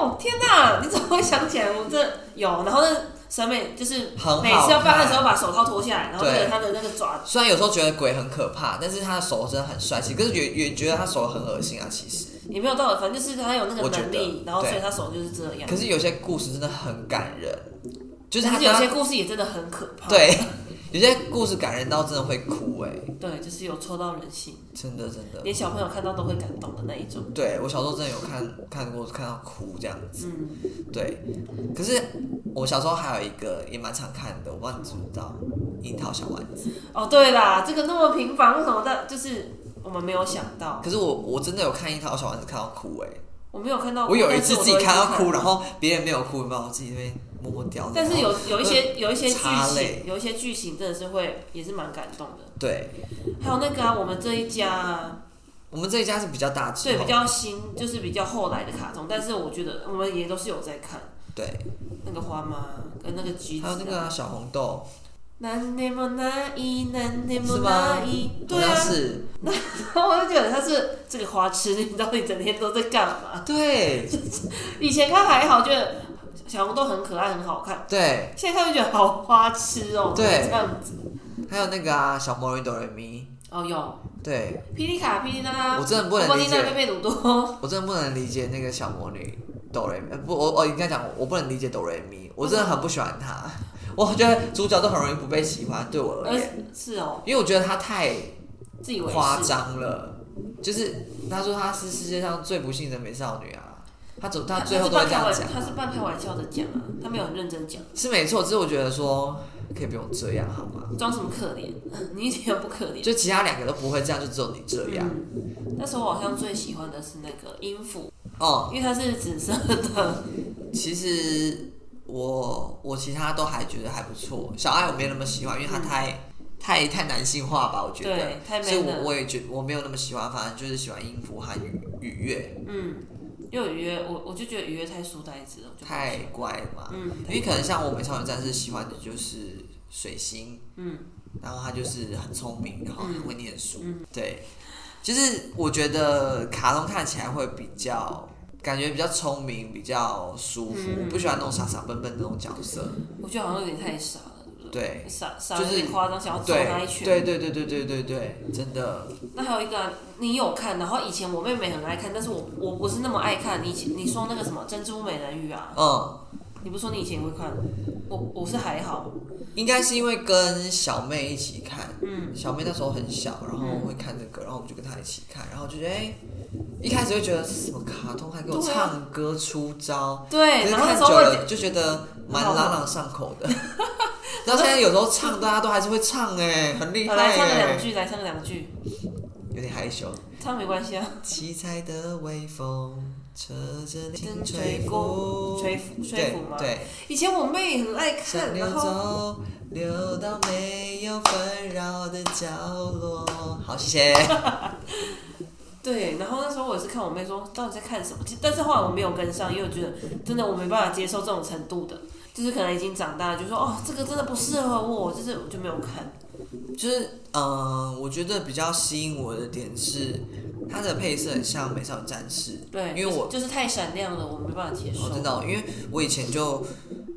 呦，天哪！你怎么会想起来？我这有，然后那神美就是
很好
每次要办案的时候
看
把手套脱下来，然后那
对
个他的那个爪，
虽然有时候觉得鬼很可怕，但是他的手真的很帅气，可是也也觉得他手很恶心啊。其实，
也没有到，反正就是他有那个
我觉得
能力，然后
对
所以他手就是这样
可。是有些故事真的很感人，就是
但
他
是有些故事也真的很可怕。
对有些故事感人到真的会哭哎、
对，就是有戳到人心，
真的真的。
连小朋友看到都会感动的那一种。
对我小时候真的有看看过，看到哭这样子。
嗯，
对，可是我小时候还有一个也蛮常看的，我不知道你知不知道，《樱桃小丸子》。
哦对啦，这个那么平凡，为什么到就是我们没有想到，
可是我我真的有看《樱桃小丸子》看到哭哎、
我没有看到过。
我有一
但是
次
哦我
自己看到
都
哭，
会去
然后别人没有哭，然后我自己那边默默掉泪。
但是
然后
有有一些有一些剧
擦
情
泪，
有一些剧情真的是会也是蛮感动的。
对，
还有那个啊，我们这一家啊，
我们这一家是比较大哦之
对
后
比较新，就是比较后来的卡通，但是我觉得我们也都是有在看
对，
那个花妈跟那个橘子、
还
啊，
有那个啊、小红豆，
南内莫那伊，南内莫
是吗
那伊，
好
对
像
啊，
是
然后我就觉得他是这个花痴，你到底整天都在干嘛？
对
以前看还好，觉得小红豆很可爱很好看，
对，
现在看就觉得好花痴哦、
对
这样子。
还有那个啊小魔女哆瑞咪，
哦有，
对
霹雳卡、霹雳拉拉，
我真的不能理
那贝
解，
贝鲁多。
我真的不能理解那个小魔女哆瑞咪，呃不我我应该讲我不能理解哆瑞咪，我真的很不喜欢她， 我觉得主角都很容易不被喜欢，对我而
呃
言，，
是哦，
因为我觉得她太
自以为
夸
是。
张了，就是他说她是世界上最不幸的美少女啊，她总她最后都
他
会这
是半开
样
玩
讲，
他是半开玩笑的讲啊，他没有很认真讲，
是没错，只是我觉得说可以不用这样好吗？
装什么可怜？ 你一点都不可怜。
就其他两个都不会这样，就只有你这样。
嗯那时候我好像最喜欢的是那个音符，
哦、
因为它是紫色的。
其实我我其他都还觉得还不错，小爱我没那么喜欢，因为她太、太太男性化吧，我觉
嗯 对
得。
太 man
所以我
了
我也觉我没有那么喜欢，反正就是喜欢音符和愉愉悦，
嗯，因为愉悦，我我就觉得愉悦太书呆子了，我就不喜欢
太乖嘛。
嗯
因为可能像我美少女战士喜欢的就是水星，
嗯，
然后他就是很聪明，然后很会念书，
嗯
对，就是我觉得卡通看起来会比较感觉比较聪明，比较舒服，
嗯
我不喜欢那种傻傻笨笨的那种角色，
我觉得好像有点太傻了，对不对？
对，
傻傻
就
有
是
点夸张，想要揍
对
他一，拳。
对对对对对对对，真的，
那还有一个啊、你有看，然后以前我妹妹很爱看，但是我我不是那么爱看。你以前你说那个什么珍珠美人鱼啊，
嗯，
你不是说你以前会看？我我是还好，
应该是因为跟小妹一起看，
嗯，
小妹那时候很小，然后会看这个，然后我们就跟她一起看，然后就觉得，哎、一开始会觉得是什么卡通还给我
对啊
唱歌出招，哦可
对，
是
然后那
看久
时候会
了就觉得蛮朗朗上口 的。然后现在有时候唱，大家都还是会唱哎、很厉
好
害
来唱个
哎、
两句，来唱个两句，
有点害羞。
唱没关系啊，
七彩的微风，扯着轻
吹
吹拂，
吹拂吹
对
拂吗？
对，
以前我妹很爱
想
看，
溜
然后
走，溜到没有纷扰的角落。好，谢谢。
对，然后那时候我也是看我妹说到底在看什么，其实但是后来我没有跟上，因为我觉得真的我没办法接受这种程度的，就是可能已经长大了，就说哦这个真的不适合我，就是我就没有看。
就是嗯、呃我觉得比较吸引我的点是，它的配色很像《美少女战士》，
对，
因为我
就是、就是太闪亮了，我没办法接受。
我知道，因为我以前就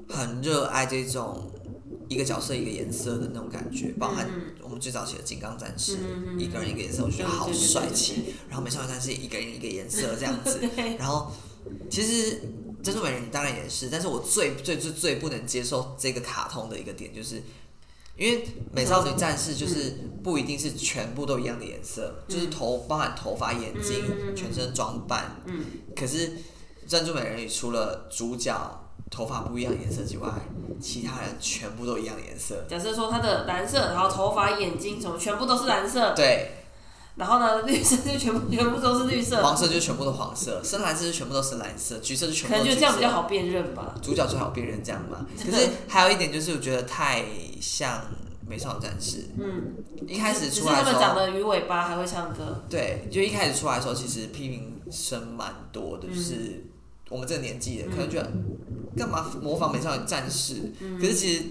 很热爱这种一个角色一个颜色的那种感觉，包含
嗯
我们最早期的金刚战士，
嗯嗯嗯
一个人一个颜色，我觉得好帅气。啊然后美少女战士一个人一个颜色这样子，然后其实珍珠美人鱼当然也是，但是我最最最最不能接受这个卡通的一个点就是。因为美少女战士就是
嗯
不一定是全部都一样的颜色，就是头包含头发、眼睛、
嗯嗯嗯
全身装扮，
嗯，
可是珍珠美人鱼除了主角头发不一样颜色之外，其他人全部都一样颜色。
嗯假设说它的蓝色，然后头发、眼睛什么全部都是蓝色，
对，
然后呢 绿色就全部全部都是绿色，
黄色就全部都黄色，深蓝色就全部都深蓝色，橘色就全
可
部都
能
橘色。
就这样比较好辨认吧。
主角最好辨认这样嘛。可 是还有一点就是，我觉得太像美少女战士。
嗯，
一开始
只
出
是
来
他
的
们
时
长
候，
了鱼尾巴，还会唱歌。
对，就一开始出来的时候，其实批评声蛮多的，
嗯
就是我们这个年纪的，
嗯
可能觉得干嘛模仿美少女战士？
嗯
可是其实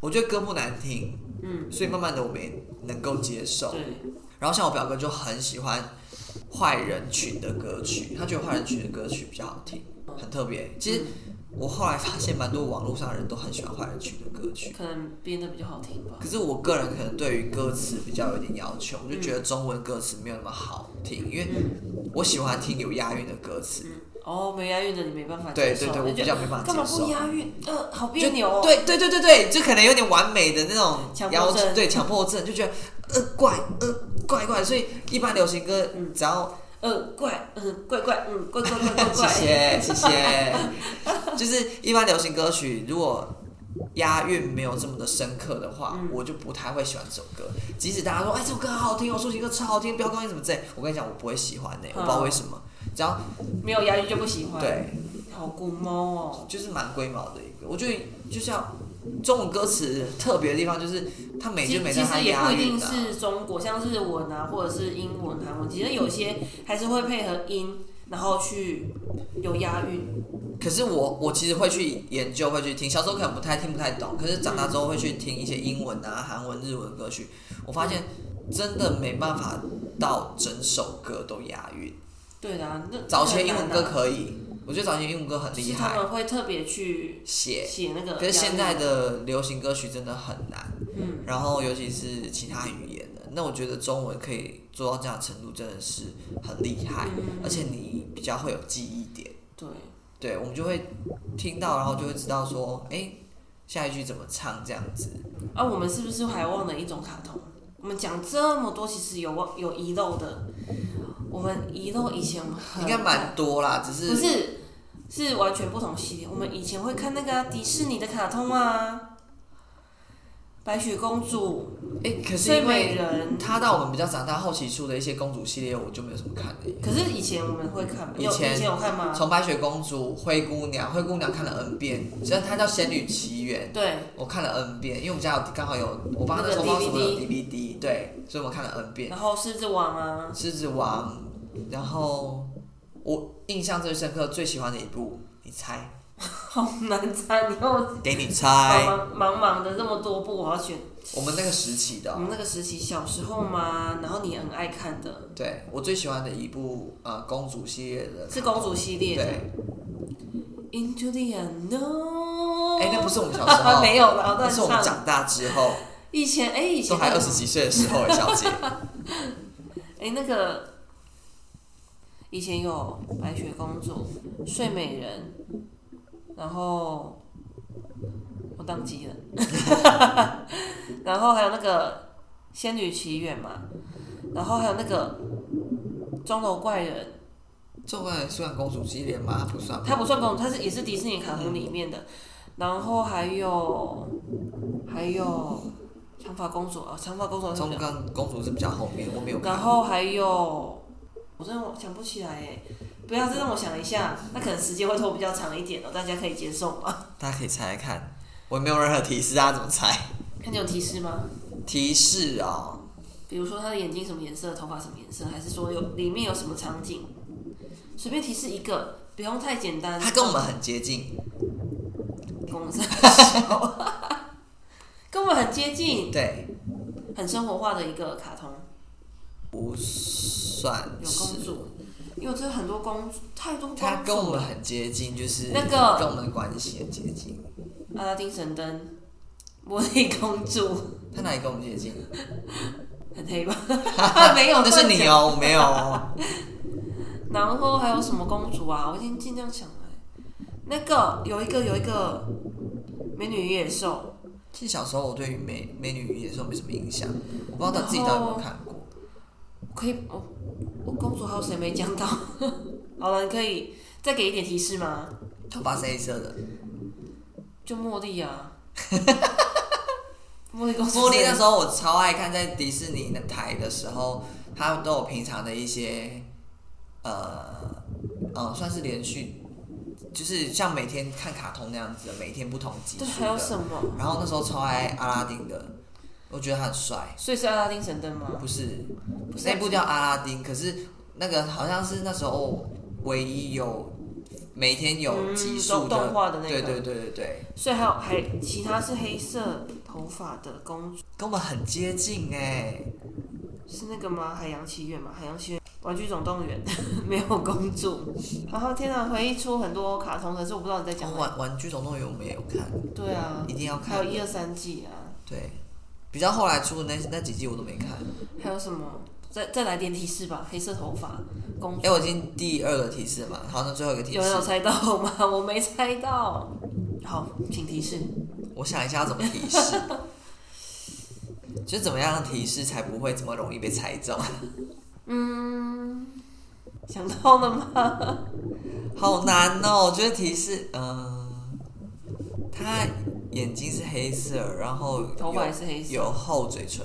我觉得歌不难听，
嗯，
所以慢慢的我们也能够接受。
对，
然后像我表哥就很喜欢坏人曲的歌曲，他觉得坏人曲的歌曲比较好听，很特别。其实我后来发现蛮多网络上的人都很喜欢坏人区的歌曲，
可能编的比较好听吧。
可是我个人可能对于歌词比较有点要求，我就觉得中文歌词没有那么好听，因为我喜欢听有押韵的歌词。
嗯哦，没押韵的你没办法
对
接
对
受，
对，我
你就
比较没办法
干嘛
接
不
受。
押韵？呃，好别扭哦。，
对对对对对，就可能有点完美的那种
强迫
要求
症
对强迫症，就觉得呃怪呃怪怪，所以一般流行歌
嗯
只要
呃，怪，嗯，怪怪，嗯，怪怪怪 怪
谢
怪。
谢谢 谢。就是一般流行歌曲，如果押韵没有这么的深刻的话，
嗯
我就不太会喜欢这首歌。即使大家说，哎，这首歌好好听哦，抒情歌超好听，飙高音什么之类，我跟你讲，我不会喜欢呢、欸我不知
嗯
道为什么。只要
没有押韵就不喜欢。，
对，
好古猫哦。
就是蛮龟毛的一个。我觉得就是要中文歌词特别的地方，就是它美
其
就美
其
在它
实也不
押
一定
韵的、啊。
是中国，像日文啊，或者是英文、韩文，其实有些还是会配合音，然后去有押韵。
可是我我其实会去研究，会去听。小时候可能不太听不太懂，可是长大之后会去听一些英文啊、韩文、日文歌曲。我发现真的没办法到整首歌都押韵。
对的、啊，那
早前英文歌
很难啊
可以，我觉得早前英文歌很
就是
厉
他
害，
们会特别去
写。
写那个。
可是现在，的流行歌曲真的很难，
嗯，
然后尤其是其他语言的，那我觉得中文可以做到这样的程度，真的是很厉害，
嗯
而且你比较会有记忆点。
对，
对，我们就会听到，然后就会知道说，哎、下一句怎么唱这样子。
啊，我们是不是还忘了一种卡通？我们讲这么多，其实有忘有遗漏的。我们遗漏以前我们很
应该蛮多啦，只是
不是是完全不同系列。我们以前会看那个啊、迪士尼的卡通啊，白雪公主、
哎、可是
睡
因
美
为
人。
他到我们比较长大后期出的一些公主系列，我就没有什么看的耶。
可是以前我们会看吗，有
以前
以前有看吗？
从白雪公主、灰姑娘，灰姑娘看了 N 遍，虽然它叫《仙女奇缘
对》，，
我看了 N 遍，因为我们家有刚好有，我爸那时候
那
帮
个
什么有 DVD，对，所以我们看了 N 遍。
然后狮子王啊，
狮子王，然后我印象最深刻、最喜欢的一部，你猜，
好难猜，你又
给你猜，
茫茫茫的这么多部，我要选
我们那个时期的哦、
我们那个时期小时候
嗯
嘛，然后你很爱看的
对我最喜欢的一部呃公主系列的
是公主系列的
对，
Into the Unknown。
哎、那不是我们小时候，
没有啦，
那
乱
是我们
唱。
长大之后，
以前哎、以
都
前
还
那
二
个
十几岁的时候，哎， 小姐。
哎、那个以前有白雪公主、睡美人，然后我宕 机了，然后还有那个《仙女奇缘》嘛，然后还有那个钟楼怪人，
这种人算公主系列吗？不算吧。
它不算公主，它是也是迪士尼卡通里面的，然后还有还有长发公主啊，长发公主好像
中跟公主是比较后面，我没有
然
看。
后还有，我真的想不起来哎，不要再让我想一下，那可能时间会拖比较长一点哦，大家可以接受吗？
大家可以猜猜看，我没有任何提示，大家怎么猜？
看你有提示吗？
提示啊、
比如说他的眼睛什么颜色，头发什么颜色，还是说有里面有什么场景？随便提示一个，不用太简单。
它跟我们很接近，
公司 跟我们很接近，
对，
很生活化的一个卡通，
不算
有
是
公。主，因为这很多公主，太多公主了。
它跟我们很接近，就是
那个
跟我们的关系很接近。
阿拉丁神灯、茉莉公主，
它哪里跟我们接近？
很黑吧？没有，
那是你哦，我没有哦。
然后还有什么公主啊？我已经尽量想了欸。那个有一个有一个美女与野兽，
其实小时候我对于美美女与野兽没什么印象，我不知道他自己到底有没有看过。
哦可以我我公主还有谁没讲到？ 好了，你可以再给一点提示吗？
头发是黑色的，
就茉莉啊， 茉莉公主。
茉莉那时候我超爱看，在迪士尼的台的时候，它都有平常的一些，呃，呃，算是连续，就是像每天看卡通那样子的，每天不同集
对，
数
还有
的。
什么？
然后那时候超爱阿拉丁的，我觉得他很帅。
所以是阿拉丁神灯吗？
不是，
不是
那部叫阿拉丁，可是那个好像是那时候唯一有每天有
嗯
集数
动动
的，
画的那
对
个。
对对对对，
所以还有还其他是黑色头发的公主，
跟我们很接近哎、
是那个吗？海洋奇缘吗？海洋奇缘。玩具总动员》 没有公主，然后天哪，回忆出很多卡通，可是我不知道你在讲
像
哪
玩玩具总动员我们也有看，
对啊，
一定要
还有
看。
一二三季啊，
对，比较后来出的那那几季我都没看。
还有什么？再再来点提示吧，黑色头发公主
哎，我已经第二个提示嘛，好，那最后一个提
有人有
示，
猜到吗？ 我没猜到。好，请提示。
我想一下要怎么提示， 就怎么样提示才不会这么容易被猜中。
嗯，想到了吗？
好难哦，我觉得提示，嗯、他眼睛是黑色，然后
头发也
有
是黑色
有厚嘴唇，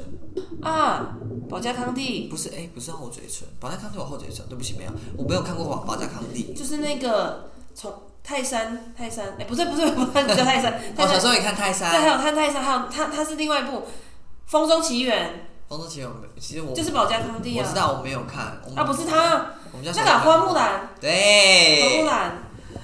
啊，保加康帝
不是，哎、不是厚嘴唇，保加康帝有厚嘴唇，对不起，没有，我没有看过保保加康帝。
就是那个从泰山泰山，哎、不对不对，不 对，叫泰山
我
泰
哦小
山，
时候也看泰
对，还
山，
有看泰山，还有他他是另外一部《风中奇缘
风中奇缘，其实我》，
就是保加康帝
我
啊
知，道我没有看，我们
啊不是，他，
我们叫
那个啊花木兰，花木
对，
兰，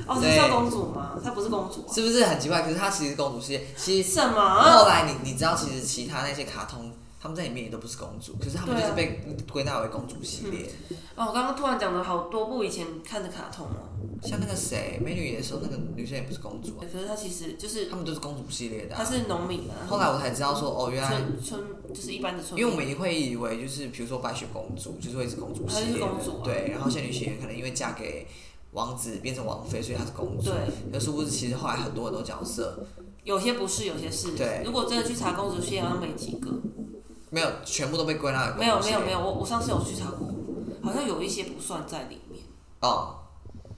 哦，她
对
叫公主吗？她不是公主、啊，
是不是很奇怪？可是它其实是哦公主系列，其实
什么？
后来你你知道，其实其他那些卡通。他们在里面也都不是公主，可是他们
对
就
啊
是被归纳为公主系列。
哦，我刚刚突然讲了好多部以前看的卡通哦，
像那个谁，《美女与野兽》那个女生也不是公主、啊，
可是她其实就是
他们都是公主系列的、
她
啊。
是农民啊，
后来我才知道说，哦，原来
村村就是一般的村民，
因为我们也会以为就是比如说白雪公主就是会是公主系列的
她就是公主啊
对，然后仙女奇缘可能因为嫁给王子变成王妃，所以她是公主。
对。
可是不是其实后来很多很多角色
有些不是，有些是。
对
如果真的去查公主系列，好像没几个。
没有全部都被归纳为啊公主系
没有，没
列
有，没有。我我上次有去查过，好像有一些不算在里面。
哦，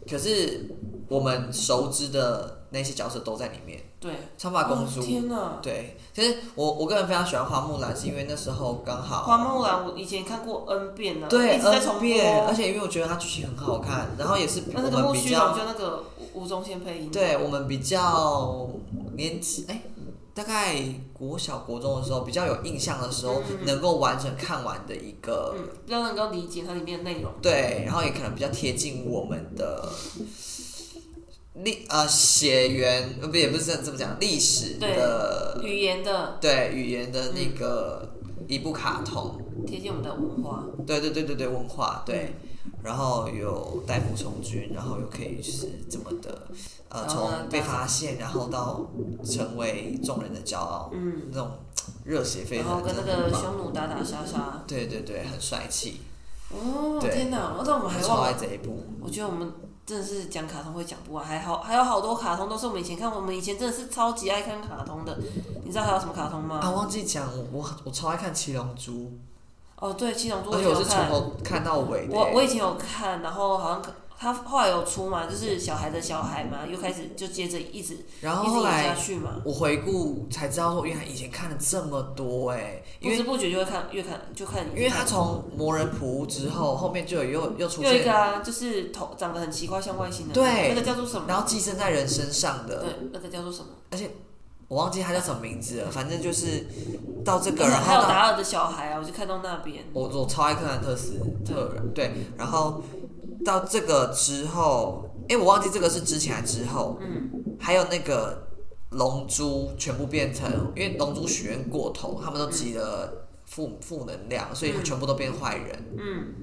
可是我们熟知的那些角色都在里面，
对，
长发公主。
哦天哪，
对，其实我我个人非常喜欢花木兰，是因为那时候刚好
花木兰我以前看过 N 遍呢、
对
一直在
，N
重播。
遍，而且因为我觉得它剧情很好看，然后也是我
那那个
们
木
比
须龙
较，
就那个吴吴宗宪配音。
对我们比较年纪哎、大概国小国中的时候比较有印象的时候，能够完整看完的一个，
嗯，比较能够理解它里面的内容。
对，然后也可能比较贴近我们的。历呃血缘呃不也不是这这么讲历史的
语言的
对语言的那个
嗯
一部卡通，
贴近我们的文化，
对对对对对，文化对，然后有逮捕从军，然后又可以就是这么的，呃，
然后呢
从被发现，然后到成为众人的骄傲，
嗯，
那种热血沸
然后
腾，
跟那
真的很
个
棒
匈奴打打杀杀，
对对对，很帅气，
哦，
对
天哪！那我们还
超
忘了
爱这一部，
我觉得我们真的是讲卡通会讲不完，还好还有好多卡通都是我们以前看，我们以前真的是超级爱看卡通的。你知道还有什么卡通吗？
啊，忘记讲我我我超爱看《七龙珠
哦，对，七龙》，珠
而
以
且
前
我
有
是从
看，
头看到尾的
我
欸，
我以前有看，然后好像他后来有出嘛，就是小孩的小孩嘛，又开始就接着一直
然后
一直
后
演下
来。
去嘛，
我回顾才知道说，原来以前看了这么多哎、
不
因为
知不觉就会看越看就看，
因为他从魔人普乌之后，后面就有又又出
又
现
一个啊，就是头长得很奇怪像外星人，
对
那个叫做什么？
然后寄生在人身上的，
对，那个叫做什么？
我忘记他叫什么名字了，反正就是到这
这
个，然
还有
后到
达尔的小孩啊，我就看到那边，
我我超爱克兰特斯特人，对，然后到这个之后，哎、我忘记这个是之前还是之后，
嗯，
还有那个龙珠全部变成，因为龙珠许愿过头，他们都集了负负能量，所以
嗯
全部都变坏人，
嗯，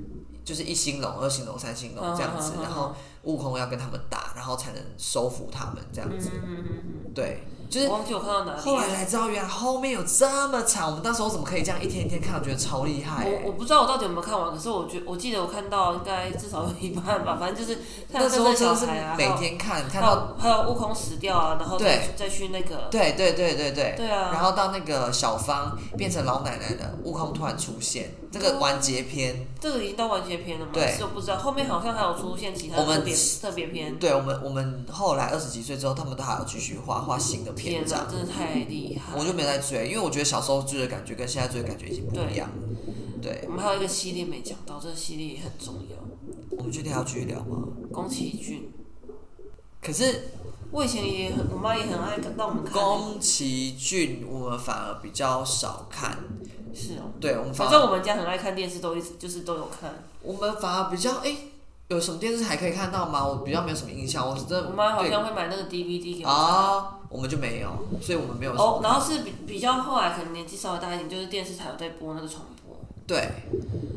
就是一星龙、二星龙、三星龙这样子
嗯嗯嗯，嗯
然后悟空要跟他们打，然后才能收服他们这样子，
嗯嗯嗯嗯，
对，就是
我忘记我看到哪里了。
后来才知道，原来后面有这么长。我们那时候怎么可以这样一天一天看？我觉得超厉害、
我
欸。
我不知道我到底有没有看完，可是我觉我记得我看到应该至少有一半吧，反正就是看
那时候真
小
的是
孩啊，
每天看，看
还
到
有还有悟空死掉啊，然后再
对
去再去那个
对对对对对。
对啊，
然后到那个小芳变成老奶奶的，悟空突然出现，这
嗯
个完结篇，
这个已经到完结篇了嘛，
对
是我不知道后面好像还有出现其他
我们
特别特别篇，
对我们我们后来二十几岁之后，他们都还有继续画画新的篇
天哪
章，，
真的太厉害！
我就没再追，因为我觉得小时候追的感觉跟现在追的感觉已经不一样了。对，
我们还有一个系列没讲到，这个系列也很重要，
我们确定要继续聊吗？
宫崎骏。
可是
我以前也很，我妈也很爱让我们看，
宫崎骏我们反而比较少看，
是哦，
对我们反
反
而
正我们家很爱看电视，都一直就是都有看。
我们反而比较哎、有什么电视台可以看到吗？我比较没有什么印象，我是真的
我妈好
对
像会买那个 DVD 给我看。
啊，我们就没有，所以我们没有什么
哦，然后是比比较后来，可能年纪稍微大一点，就是电视台有在播那个重播。
对，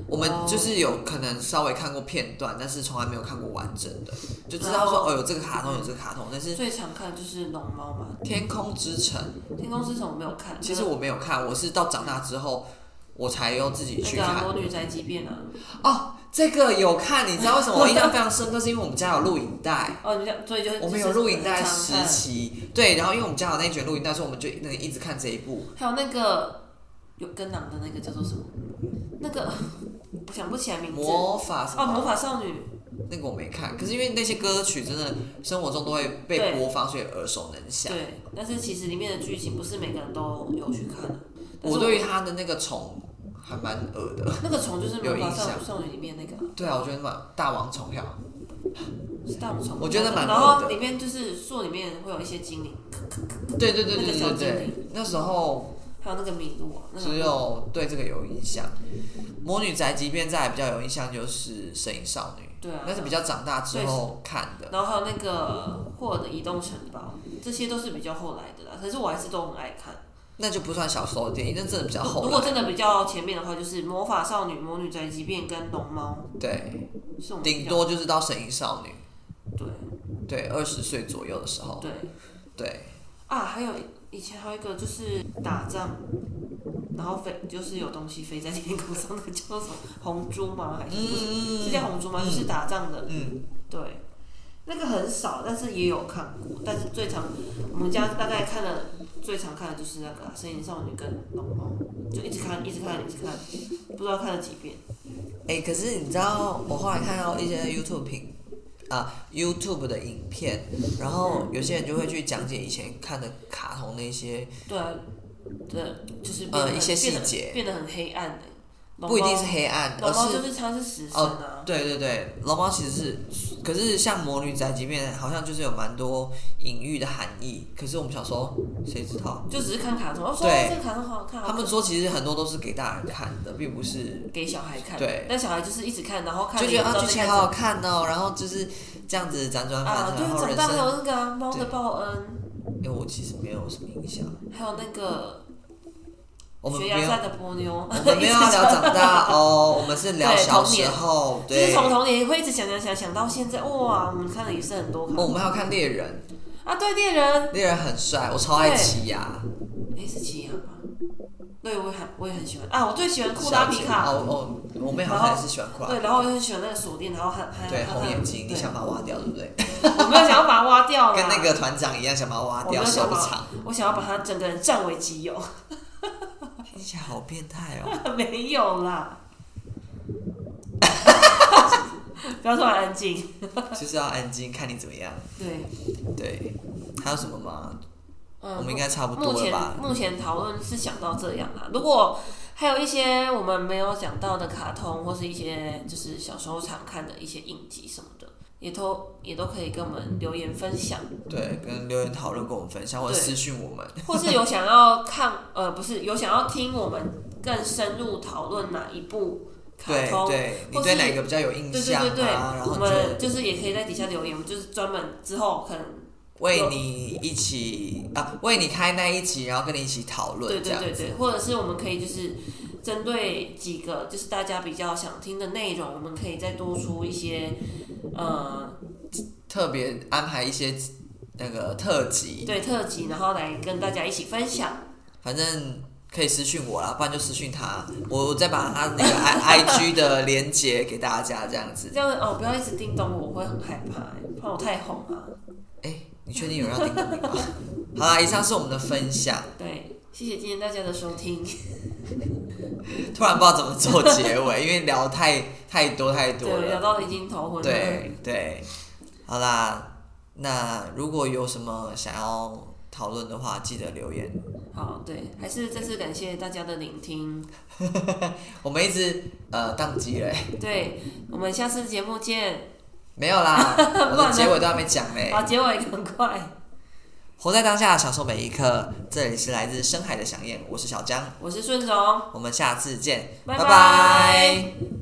我们
哦
就是有可能稍微看过片段，但是从来没有看过完整的，就知道说
哦
哦有这个卡通有这个卡通，但是《
最常看的就是龙猫嘛，
天空之城》
天空之城我没有看，
其实我没有看，我是到长大之后我才又自己
那
去
个啊
看
魔女宅急便啊，
哦。这个有看，你知道为什么我印象非常深刻？是因为我们家有录影带，
哦，你讲所以就是
我们有录影带
就是
时
很常看嗯
期，对，然后因为我们家有那卷录影带，所以我们就能一直看这一部。
还有那个有跟狼的那个叫做什么？那个 我想不起来名字。哦，
魔法什
魔
么？
法少女。
那个我没看，可是因为那些歌曲真的生活中都会被
对
播放，所以耳熟能详。
对，但是其实里面的剧情不是每个人都有去看的。但
我
是
对于他的那个虫还蛮恶的。
那个虫就是魔
有
法
印
少
象
女少女里面那个
对啊，我觉得蛮大王虫跳，
是大母虫，
我觉得蛮
然
恶
后
的
里面就是树里面会有一些精灵，
对对对对
那个
对
小
对
精
对，
灵，
那时候
还有那个麋鹿啊，那个
只有对这个有印象。魔女宅急便再来比较有印象就是《神隐少女》，
对啊，
那是比较长大之后看的。
然后还有那个霍尔的移动城堡，这些都是比较后来的啦。可是我还是都很爱看。
那就不算小时候的电影，那真的比较啊后
如果
来。
真的比较前面的话，就是魔法少女、魔女宅急便跟龙猫
对，
是我们
顶
比较
多就是到《神隐少女
对》，
对，二十岁左右的时候，
对
对，
啊，还有以前还有一个就是打仗，然后飞就是有东西飞在天空上，那个叫什么红珠吗？还是不是？是叫
嗯
红珠吗？就是打仗的，
嗯，
对。那个很少，但是也有看过。但是最常我们家大概看了最常看的就是那个啊《神隐少女》跟《龙猫》，就一直看，一直看，一直看，不知道看了几遍。
哎、可是你知道，我后来看到一些 YouTube 评啊 YouTube 的影片，然后有些人就会去讲解以前看的卡通那些，
对啊，对，就是变得
呃
很
一些细
变得
节
变得很黑暗的、龙
不一定
猫
是哦黑暗，而
龙猫就是是它是食神啊，
对对对，龙猫其实是，可是像魔女宅急便好像就是有蛮多隐喻的含义，可是我们小时候谁知道？
就只是看卡通。我说
对
哦这个卡通好好看，好
他们
看
说其实很多都是给大人看的，并不是
给小孩看，
对
但小孩就是一直看，然后看
就觉得
了
啊
也不知道
剧
在
情
看
好好看哦，然后就是这样子辗转
什么
反侧，
啊，对
然，后
长
人
大还
生，
有那个啊猫的报恩，
因为我其实没有什么印象，
还有那个
我们
悬
没
崖
有，
上的波妞，
我们没有 要聊长大哦，我们是聊
对
小
童
时
年
候，
就
对
是，从童年会一直想想想想到现在，哇，我们看了也是很多卡
哦我
通
们还有看猎人，
啊，对猎人，
猎人很帅，我超爱啊
对
奇亚，
哎是奇亚吗？对，我也很我也很喜欢啊，我最喜欢库
小
拉皮
杰
卡，
哦哦，我妹好
然
像
后
也是喜欢酷拉
对，然后我也很喜欢那个锁链，然后还还
对
还
红眼睛，
还
你想把它挖掉对不对？
我没有想要把它挖掉啦，
跟那个团长一样，想把它挖
啊我没
掉
有
收
想把
藏，
我想要把它整个人占为己有。
听起来好变态哦。
没有 啦，不要突然安静。
就是要安静，看你怎么样。
对，
对，还有什么吗？
嗯，
我们应该差不
目
多了
前
吧？
目前讨论是想到这样啦。如果还有一些我们没有讲到的卡通，或是一些就是小时候常看的一些影集什么的，也都也都可以跟我们留言分享，
对，跟留言讨论，跟我们分享，或者
对
私讯我们。
或是有想要看呃不是有想要听我们更深入讨论哪一部卡
对
通，
对，你
或
对
是
哪个比较有印
对
象
对对对，
啊？然后
我
你觉
们
得
就是也可以在底下留言，我们就是专门之后可能
为你一起啊，为你开那一集，然后跟你一起讨
对
论这
对
样
对
子。
对，或者是我们可以就是针对几个就是大家比较想听的内容，我们可以再多出一些呃
特别安排一些那个特辑，
对特辑，然后来跟大家一起分享。
反正。可以私讯我啦，不然就私讯他，我我再把他那个 i i g 的连接给大家这样子
这。样哦，不要一直叮咚我，我会很害怕、怕我太红啊。
哎、你确定有人要叮咚 你吗？好啦，以上是我们的分享，
对，谢谢今天大家的收听。
突然不知道怎么做结尾，因为聊太太多太多
对，聊
了。
到已经头昏了。
对对，好啦，那如果有什么想要讨论的话，记得留言。
好，对，还是再次感谢大家的聆听。
我们一直呃宕机嘞，
对，我们下次节目见。
没有 啦，我
不
的
然呢
结尾都还没讲嘞
好，。结尾赶快。
活在当下，享受每一刻。这里是来自深海的响燕，我是小江，
我是顺荣，
我们下次见，
拜
拜
拜
拜